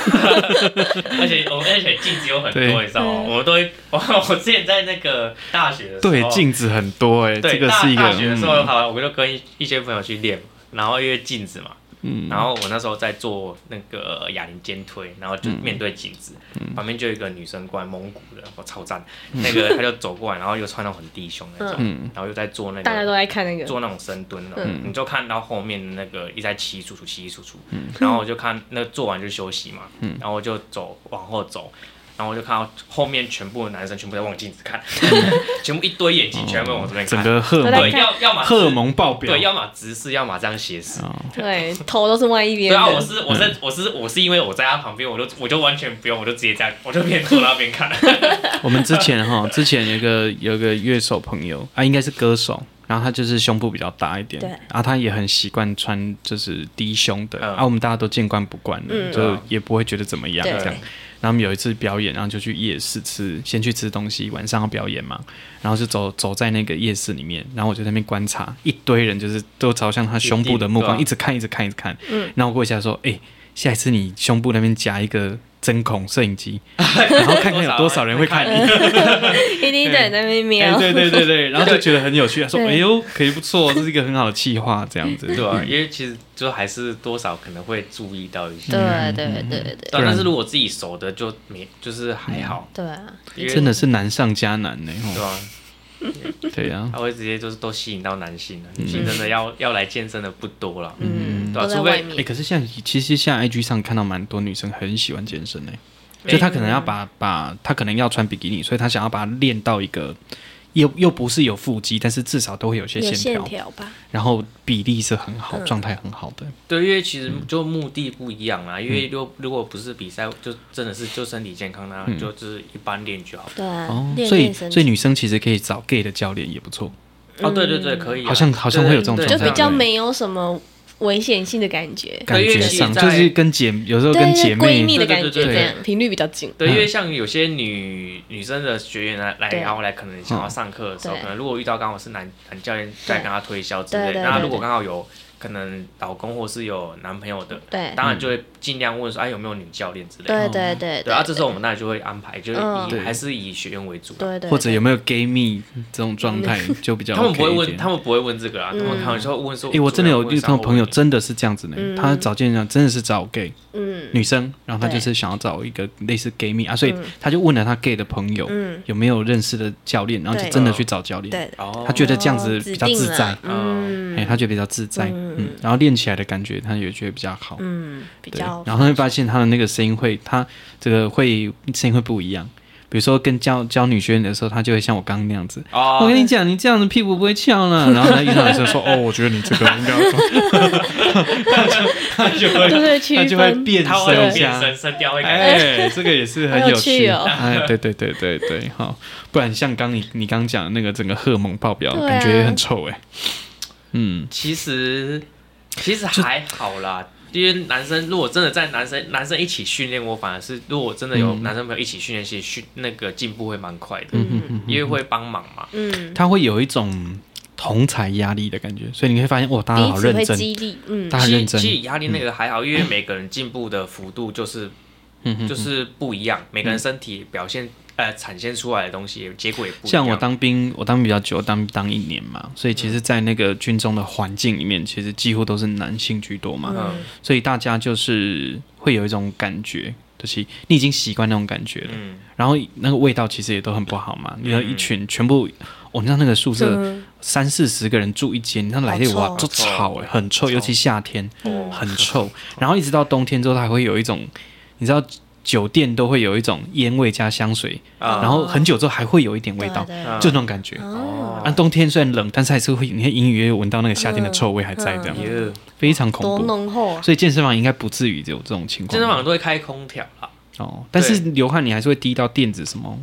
而且我而且镜子有很多，对你知道吗？嗯我都会，我我之前在那个大学的时候，对，镜子很多哎、对这个大是一个大学的时候，嗯好，我就跟一一些朋友去练嘛，然后因为镜子嘛，嗯然后我那时候在做那个哑铃肩推，然后就面对镜子，嗯旁边就有一个女生过来，蒙古的，我超赞，那个她就走过来，然后又穿那种很低胸那种，嗯然后又在做那大家个。都在看那个，做那种深蹲的，嗯你就看到后面那个一直在起出出起出出，嗯然后我就看那做完就休息嘛，然后我就走往后走，然后我就看到后面全部的男生全部在往镜子 看，全部一堆眼睛全部往我这边整看，个荷都在尔对，看要要么蒙荷尔蒙爆表对，，要么直视，要么这样斜视。对，头都是歪一边对的啊，我是我是我是我是因为我在他旁边，我就我就完全不用，我就直接这样，我就边坐那边 看。我们之前哈，之前有一个有一个乐手朋友啊，应该是歌手，然后他就是胸部比较大一点，对然后他也很习惯穿就是低胸的，嗯啊，我们大家都见惯不惯的，嗯就也不会觉得怎么样对这样。然后我们有一次表演，然后就去夜市吃，先去吃东西，晚上要表演嘛，然后就走走在那个夜市里面，然后我就在那边观察，一堆人就是都朝向他胸部的目一定对光，啊一直看，一直看，一直看。嗯，然后我过一下说，哎、下一次你胸部那边夹一个针孔摄影 机，然后看看 有多少人会看你。一定在那边哎，瞄。对对对对，然后就觉得很有趣，说对哎呦，可以不错，这是一个很好的企划，这样子。对啊， 因为其实就还是多少可能会注意到一些，对对对对对对啊但是如果自己熟的就没，就是还好，对啊！因为真的是难上加难呢。吼对啊，对 啊，他会直接就是都吸引到男性嗯了，女性真的要要来健身的不多了，嗯，对啊都在除非外哎、面。可是像其实像 IG 上看到蛮多女生很喜欢健身诶、就她可能要把把她可能要穿比基尼，所以她想要把它练到一个又又不是有腹肌，但是至少都会有些有线线条，嗯条吧？然后比例是很好，状态很好的。对，因为其实就目的不一样啊嗯啦，因为如如果不是比赛，就真的是就身体健康，那嗯就就是一般练就好。对啊哦，，练所以练身所以体女生其实可以找 gay 的教练也不错。哦，对对对，可以啊，好像好像对会有这种对嗯就状态比较对没有什么危险性的感觉。感对因为觉其实上在就是跟姐有时候对跟对姐对，闺蜜妹的感觉对对这对样，频率比较近。对，因嗯为像有些女女生的学员来来，对然后来可能想要上课的时候，对可能如果遇到刚好是男男教练在跟她推销之对类对的，对那对如果刚好有可能老公或是有男朋友的，对当嗯然就会尽量问说，哎，有没有女教练之类的。对对对对啊，这时候我们当然就会安排，就是嗯以对还是以学员为主。啊对对，嗯或者有没有 gay 蜜这种状态就比较 OK 他们不会一问，点他们不会问这个啊，他们可能就会问说，哎、我真的有遇到朋友主真的是这样子呢，他找健身房真的是找 gay 嗯女生，然后他就是想要找一个类似 gay 蜜啊，所以他就问了他 gay 的朋友、嗯，有没有认识的教练，然后就对真的去找教练，对，任问他哦，觉得这样子哦比较自在，指定了哎、嗯他觉得比较自在，嗯然后练起来的感觉他也觉得比较好，嗯，比对，较然后他会发现他的那个声音会，他这个会声音会不一样。比如说跟教教女学员的时候，他就会像我刚刚那样子。我哦，跟你讲，你这样子屁股不会翘了。然后他遇到女 生说：“哦，我觉得你这个应该要 就会区他就会分。变他会身一变下。身，声调会改变。哎，这个也是很有哦好有趣趣。哦哎，对对对对对，好，不然像刚你你刚讲的那个整个荷尔蒙爆表，对啊感觉也很臭哎。嗯，其实其实还好啦，因为男生如果真的在男生男生一起训练，我反而是如果真的有嗯男生朋友一起训练，其实训那个进步会蛮快的，嗯因为会帮忙嘛。嗯，他会有一种同才压力的感觉，所以你会发现哇，大家彼啊好此认会真，激励。嗯大家很其认实真。嗯其实压力那个还好，因为每个人进步的幅度就是嗯就是不一样，每个人身体表现呃产现出来的东西结果也不一样。像我当兵，我当兵比较久，我当兵当一年嘛，所以其实，在那个军中的环境里面，其实几乎都是男性居多嘛，嗯所以大家就是会有一种感觉，就是你已经习惯那种感觉了，嗯然后那个味道其实也都很不好嘛。你要一群全部，我、哦、你知道那个宿舍、嗯三四十个人住一间，那来的好臭哇，就吵哎、很臭，臭尤其夏天哦很臭。然后一直到冬天之后，它还会有一种，你知道酒店都会有一种烟味加香水，啊然后很久之后还会有一点味道，啊对嗯就那种感觉。哦，啊，冬天虽然冷，但是还是会，你看隐隐约约闻到那个夏天的臭味还在，这样、耶非常恐多怖。浓厚啊！所以健身房应该不至于有这种情况。健身房都会开空调啦。哦，但是流汗你还是会滴到垫子什么，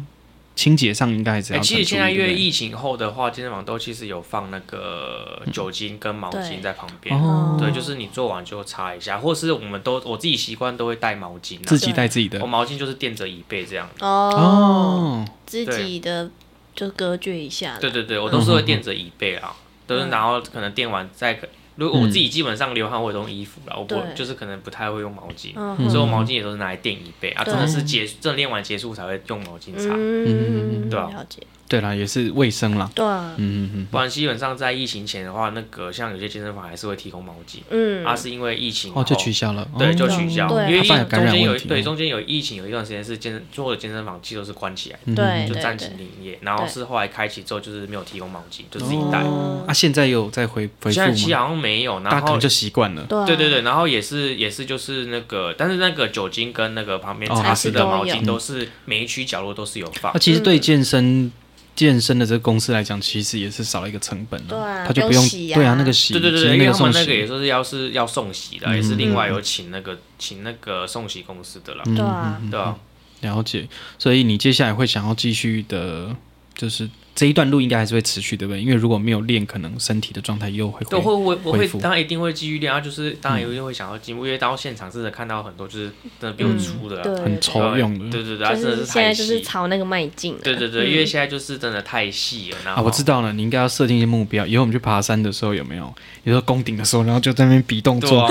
清洁上应该还是哎、要很注其意、实现在因对为不对疫情后的话，健身房都其实有放那个酒精跟毛对巾在旁边。嗯哦对，就是你做完就擦一下，或是我们都我自己习惯都会带毛巾、自啊，己带自己的我毛巾就是垫着椅背这样。哦，哦，自己的就隔绝一下啦。对对对，我都是会垫着椅背嗯啊，都是然后可能垫完再可，如果我自己基本上流汗我都用衣服啦，我不对就是可能不太会用毛巾，嗯所以我毛巾也都是拿来垫椅背啊，对真的是结真的练完结束才会用毛巾擦，嗯，对啊了解。对啦，也是卫生啦。对啊，嗯嗯不然基本上在疫情前的话，那个像有些健身房还是会提供毛巾，嗯，啊是因为疫嗯，情哦，就后取消了，对，哦就取消，对啊因为疫怕感中染间有问题对中间有疫情有一段时间是健身所有的健身房其实都是关起嗯来对的，就对暂对停营业，然后对是后来开启之后就是没有提供毛巾，就自己带。哦啊，现在有再回恢复现在其实吗？好像没有，大家然可后能就习惯了。对啊对对对，然后也是也是就是那个，但是那个酒精跟那个旁边哦擦还拭是的都毛有巾都是每一区角落都是有放啊，，其实嗯对健身健身的这个公司来讲，其实也是少了一个成本对啊了，他就不不用用洗啊对啊那个洗，对对对其实对，因那为个他们送那个也洗，嗯说是要是要送洗的，也是另外有请那个请那个送洗公司的嗯啦，对啊，对吧？了解。所以你接下来会想要继续的，就是这一段路应该还是会持续，对不对？因为如果没有练，可能身体的状态又会对，嗯恢会我我会恢复当然一定会继续练啊，就是当然一定会想要进步，因为到现场真的看到很多就是真的比我粗的啊，嗯对，很对丑好用的对对对，啊对真就是的现太在就是细，朝那个迈进了。对对对，因为现在就是真的太细了，然啊，后我知道了，你应该要设定一些目标。以后我们去爬山的时候有没有？有时候攻顶的时候，然后就在那边比动对作，啊，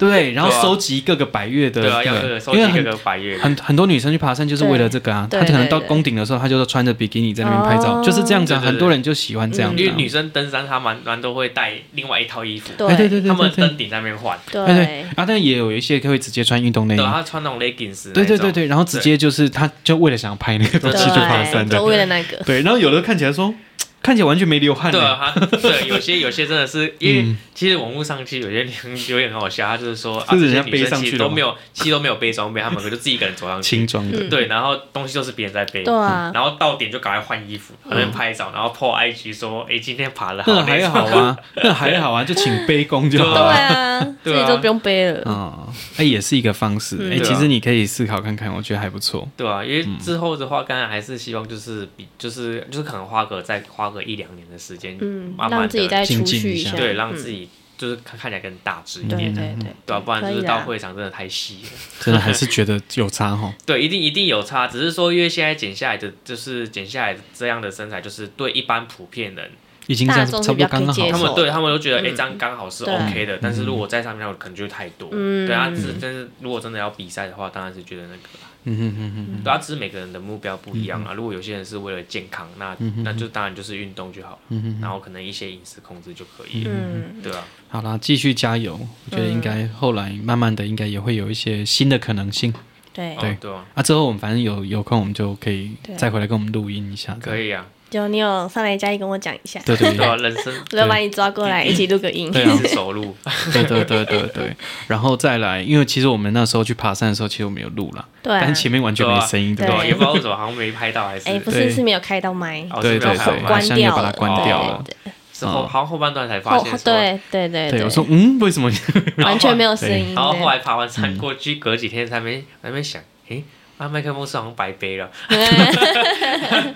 对，然后对啊收集各个百越的，对啊，对要是收因集为各很个百越，很很多女生去爬山就是为了这个啊，她对可能到对对宫顶的时候，她就穿着比基尼在那边拍照，哦就是这样子啊，对对对很多人就喜欢这样因子为啊。女生登山她蛮蛮都会带另外一套衣服，对哎，对对对她们对登顶在那边换，对对对，啊，但也有一些会直接穿运动内衣对，，她穿那种 leggings，对对那种对，对，然后直接就是她就为了想要拍那个东对西去爬山对，的都，为了那个，对，然后有的看起来说，看起来完全没流汗对呢，啊，他对有些有些真的是因为其实网络上其实有些留言很好笑，他就是说啊，嗯是人这些家女背生上其去实的都吗没有，其实都没有背装备，他们可能就自己一个人走上去。轻装的，嗯对，然后东西都是别人在背，嗯对啊然后到点就赶快换衣服，然后拍照，然后 po IG 说，哎，今天爬了，那累嗯还好啊，那还好啊，就请背弓就好对了。啊，自己都不用背了，嗯，那也是一个方式。哎、对啊其实你可以思考看看，我觉得还不错。对啊，因为嗯之后的话，当然还是希望就是比就是就是可能花个再花个一两年的时间，嗯，慢慢让自己的再精出进去一下下，对，让嗯自己就是看看起来更大嗯只一对点，对对，对啊，不然可就以是到啦会场真的太细了。真的还是觉得有差哈。对，一定一定有差，只是说因为现在减下来的，就是减下来的这样的身材，就是对一般普遍人，已经这样差不多刚刚没大他众是比较可以接好受。们错对他们都觉得，哎、嗯这样刚好是对 OK 的。但是如果在上面，可能就太多。嗯对啊，只是但是如果真的要比赛的话，当然是觉得那个啦。嗯哼哼哼，对啊，只是每个人的目标不一样啊。如果有些人是为了健康，那那就当然就是运动就好了，然后可能一些饮食控制就可以了。嗯，对啊，好啦，继续加油。我觉得应该后来慢慢的，应该也会有一些新的可能性对，对哦、对啊，啊。之后我们反正有有空，我们就可以对再回来跟我们录音一下。可以啊，就你有上来嘉义跟我讲一下，对对对对啊，人生我就把你抓过来一起录个音，对第啊一次走路，对对对对对。然后再来，因为其实我们那时候去爬山的时候，其实我们有录啦，对啊但，前面完全没声音，对对不啊，对？也不知道为什么好像没拍到，还是哎，不对是是没有开到麦，哦对是没有对拍到对，吗好关像也掉把它关掉了。对对是后嗯好像后半段才发后现说，对对对对，我说嗯，为什么？完全没有声音，然后后对来爬嗯完山过去，隔几天才没还没想，诶，那麦克风是好像白背了，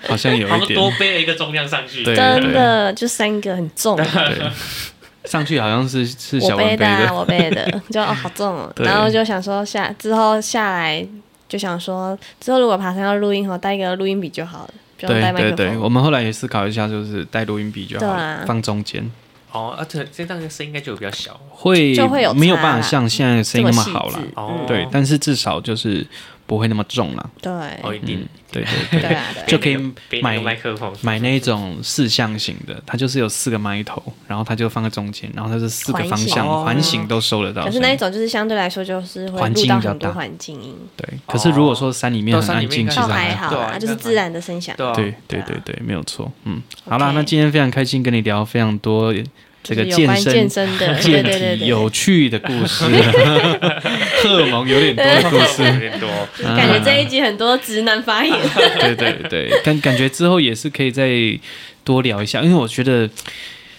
好像 有好一像点多背了一个重量上去。对真的就三个很重，对，上去好像是是 我小文背杯的啊，的，我背 的，就哦好重哦，对然后就想说下之后下来就想说之后如果爬山要录音，我带一个录音笔就好了，不用带对麦对克对，风，我们后来也思考一下，就是带录音笔就好了，对啊放中间哦，啊，这这样的声音应该就比较小。会就会有没有差办法啦像现在的声这音么那么细好啦致，，哦嗯，对，但是至少就是不会那么重啦，哦，对一定对对 对，对啊对啊就可以背那买个麦克风。买那种四象型的，它就是有四个麦头，然后它就放在中间，然后它是四个环方形向哦环形都收得到可声音。是那一种就是相对来说就是会环境录比较到很大多环境音，对，可是如果说山里面到很哦山里安面静，应其该实倒是还还好。好对啊啦，就是自然的声响。对啊，对对对啊对对，没有错。嗯，好啦， OK 那今天非常开心跟你聊非常多这个就是有健关身、健身的，对健对对体对，有趣的故事， 荷尔蒙有点多的故对有事。点多。感觉嗯这一集很多直男发言，对对对，感感觉之后也是可以再多聊一下，因为我觉得。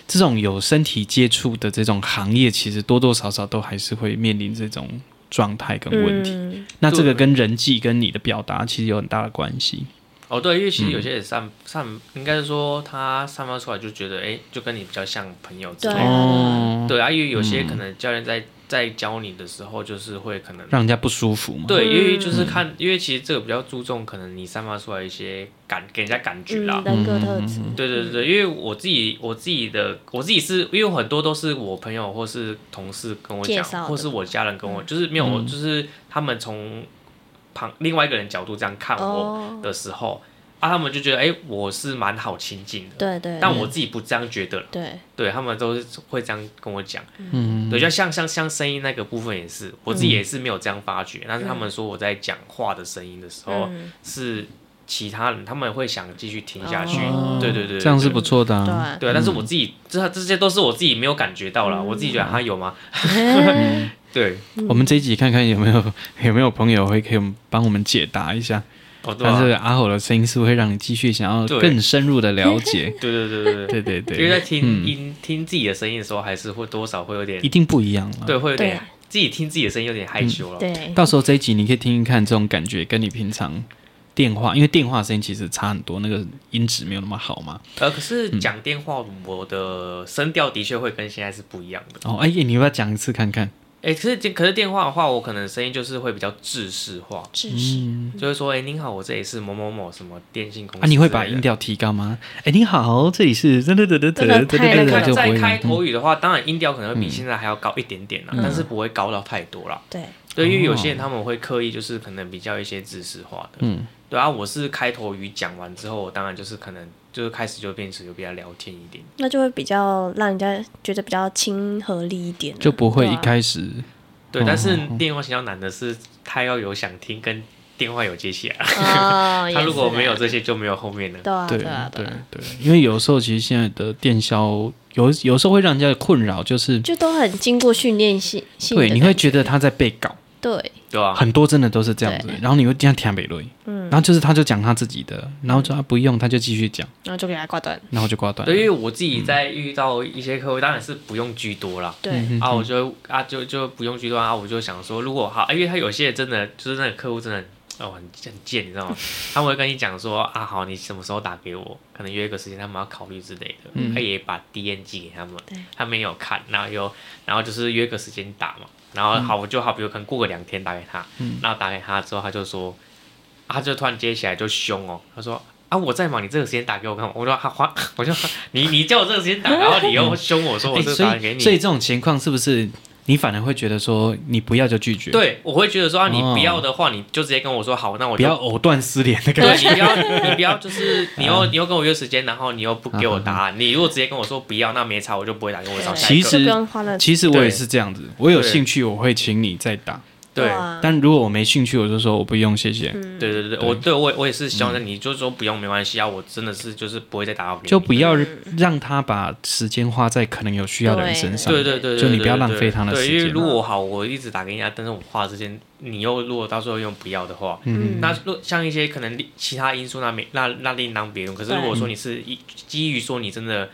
这种有身体接触的这种行业，其实多多少少都还是会面临这种状态跟 问题。嗯，那这个跟人际、跟你的表达其实有很大的关系。哦，对，因为嗯其实有些人散散，应该是说他散发出来就觉得，哎，就跟你比较像朋友之类对的。啊哦，对啊，因为有些可能教练在在教你的时候，就是会可能让人家不舒服嘛。对，因嗯为就是看，因为其实这个比较注重可能你散发出来一些感，给人家感觉啦嗯，。人格特质，对对对，因为我自己我自己的我自己是因为很多都是我朋友或是同事跟我介讲绍，的嗯或是我家人跟我，就是没有，就是他们从旁另外一个人角度这样看我哦，的时候，啊，他们就觉得哎、我是蛮好亲近的，对对，但我自己不这样觉得，对对他们都是会这样跟我讲，嗯，对，就像像像声音那个部分也是，我自己嗯也是没有这样发觉，但是他们说我在讲话的声音的时候、 嗯是其他人，他们会想继续听下去，哦对对对对这样是不错的、啊。对啊，对啊，但是我自己这这些都是我自己没有感觉到啦，我自己觉得嗯他有吗？对，嗯我们这一集看看有没有 有没有朋友会可以帮我们解答一下，哦对但啊，是阿吼的声音是不是会让你继续想要对。更深入的了解 对对对对对， 对对因为在对，听音听自己的声音的时候，还是会多少会有点一，嗯定不一样了。对，会有点对啊自己听自己的声音有点害羞了。对，到时候这一集你可以听一看，这种感觉跟你平常电话，因为电话声音其实差很多，那个音质没有那么好嘛。呃，可是嗯讲电话，我的声调的确会跟现在是不一样的。哎哦，哎，你要不要讲一次看看？哎、可是电可是电话的话，我可能声音就是会比较制式化，知嗯识。就会说，哎、您好，我这里是某某某什么电信公司之类啊，的。你会把音调提高吗？哎，你好，这里是噔噔噔噔真的噔噔太哎那噔个噔，看就不在会嗯开了。嗯口语的话，当然音调可能会比现在还要高一点点啦，但是不会高到太多啦。对，对，因为有哦些人他们会刻意就是可能比较一些知识化的，嗯，对啊，我是开头语讲完之后，我当然就是可能就是开始就变成有比较聊天一点，那就会比较让人家觉得比较亲和力一点啊，就不会对一啊开始对，嗯但是电话比较难的是他要有想听跟电话有接起来， 哦， 他也如果是没有啊这些就没有后面了。对啊，对对啊，对啊，对，因为有时候其实现在的电销有有时候会让人家困扰，就是就都很经过训练性性的对感觉，你会觉得他在被搞，对，对啊，很多真的都是这样子，然后你会这样听北瑞，嗯，然后就是他就讲他自己的，嗯然后说他不用，他就继续讲，然后就给他挂断，然后就挂断了对，。因为我自己在遇到一些客户，当然是不用居多啦。对，嗯啊，我就啊就就不用居多啊，我就想说，如果好，因为他有些人真的就是那个客户真的很哦很很贱，你知道吗？他们会跟你讲说啊好，你什么时候打给我？可能约一个时间，他们要考虑之类的。嗯他也把 D N 寄给他们对，他们也有看，然后又然后就是约个时间打嘛。然嗯后好，我就好，比如可能过个两天打给他，然后打给他之后，他就说，啊他就突然接起来就凶哦，他说。啊！我在忙，你这个时间打给我干嘛？我说他花， 我就你你叫我这个时间打，然后你又凶我说我哎这个所打给以你，所以这种情况是不是你反而会觉得说你不要就拒绝，，对，我会觉得说啊，你哦不要的话，你就直接跟我说好，那我不就要。藕断丝连的感对，觉。你不 要，你不要，就是你又你又跟我约时间，然后你又不给我答案。你如果直接跟我说不要，那没差，我就不会打给我找对下一嗯其个。就实不用花那其实我也是这样子，我有兴趣我会请你再打，对啊，但如果我没兴趣，我就说我不用，谢谢，嗯对对对，我对我我也是希嗯望你就说不用没关系啊，我真的是就是不会再打扰给你。就不嗯要让他把时间花在可能有需要的人身上。对对对，对就你不要对对浪费他的对，时因间为啊如果好，我一直打给你啊，但是我花时间，你又如果到时候用不要的话，嗯那若像一些可能其他因素那没那那另当别论。可是对如果说你是一基于说你真的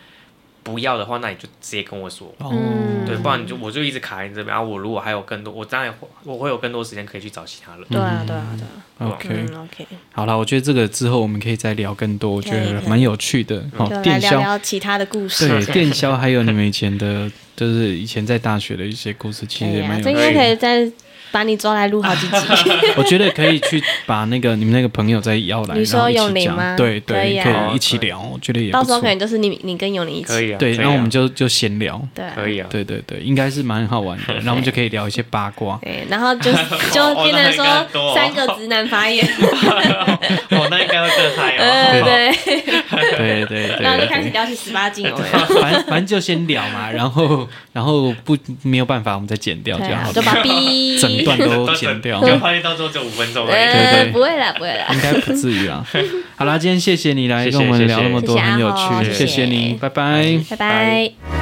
不要的话，那你就直接跟我说，哦嗯，对，不然你就我就一直卡在你这边。然、啊后我如果还有更多，我当然会我会有更多时间可以去找其他人。嗯对啊，对啊，对啊哦 OK 嗯，OK，好了，我觉得这个之后我们可以再聊更多，我觉得可以蛮有趣的。好就，来电聊销，聊其他的故事。哎对电销，还有你们以前的， 就是以前在大学的一些故事，其哎实也呀蛮，有这趣应的。该可以再把你抓来录好几 集。我觉得可以去把那个你们那个朋友再邀来，你然说后一永起林讲，吗对可以对，啊哦可以一起聊，我觉得也到不时候错可。能就是你你跟永宁一起，以啊对，可以然后我们就就就闲聊，对啊可以啊。对对对，应该是蛮好玩 的。然后我们就可以聊一些八卦，对，然后 就就变成那应该很多说哦三个直男发言，哦，那应该会更嗨呃， 哦。 对，对对对然后就开始对。聊起十八禁，有没有？反正反正就先聊嘛，然后然后不没有办法，我们再剪掉就对好啊，了就，把 B 整段都剪 掉。就发现到时候只有五分钟而已。对呃对，不会啦，不会啦，应该不至于啦。好啦，今天谢谢你来谢谢跟我们聊那么多，谢谢很有阿豪趣，谢谢嗯谢你，拜拜。拜拜。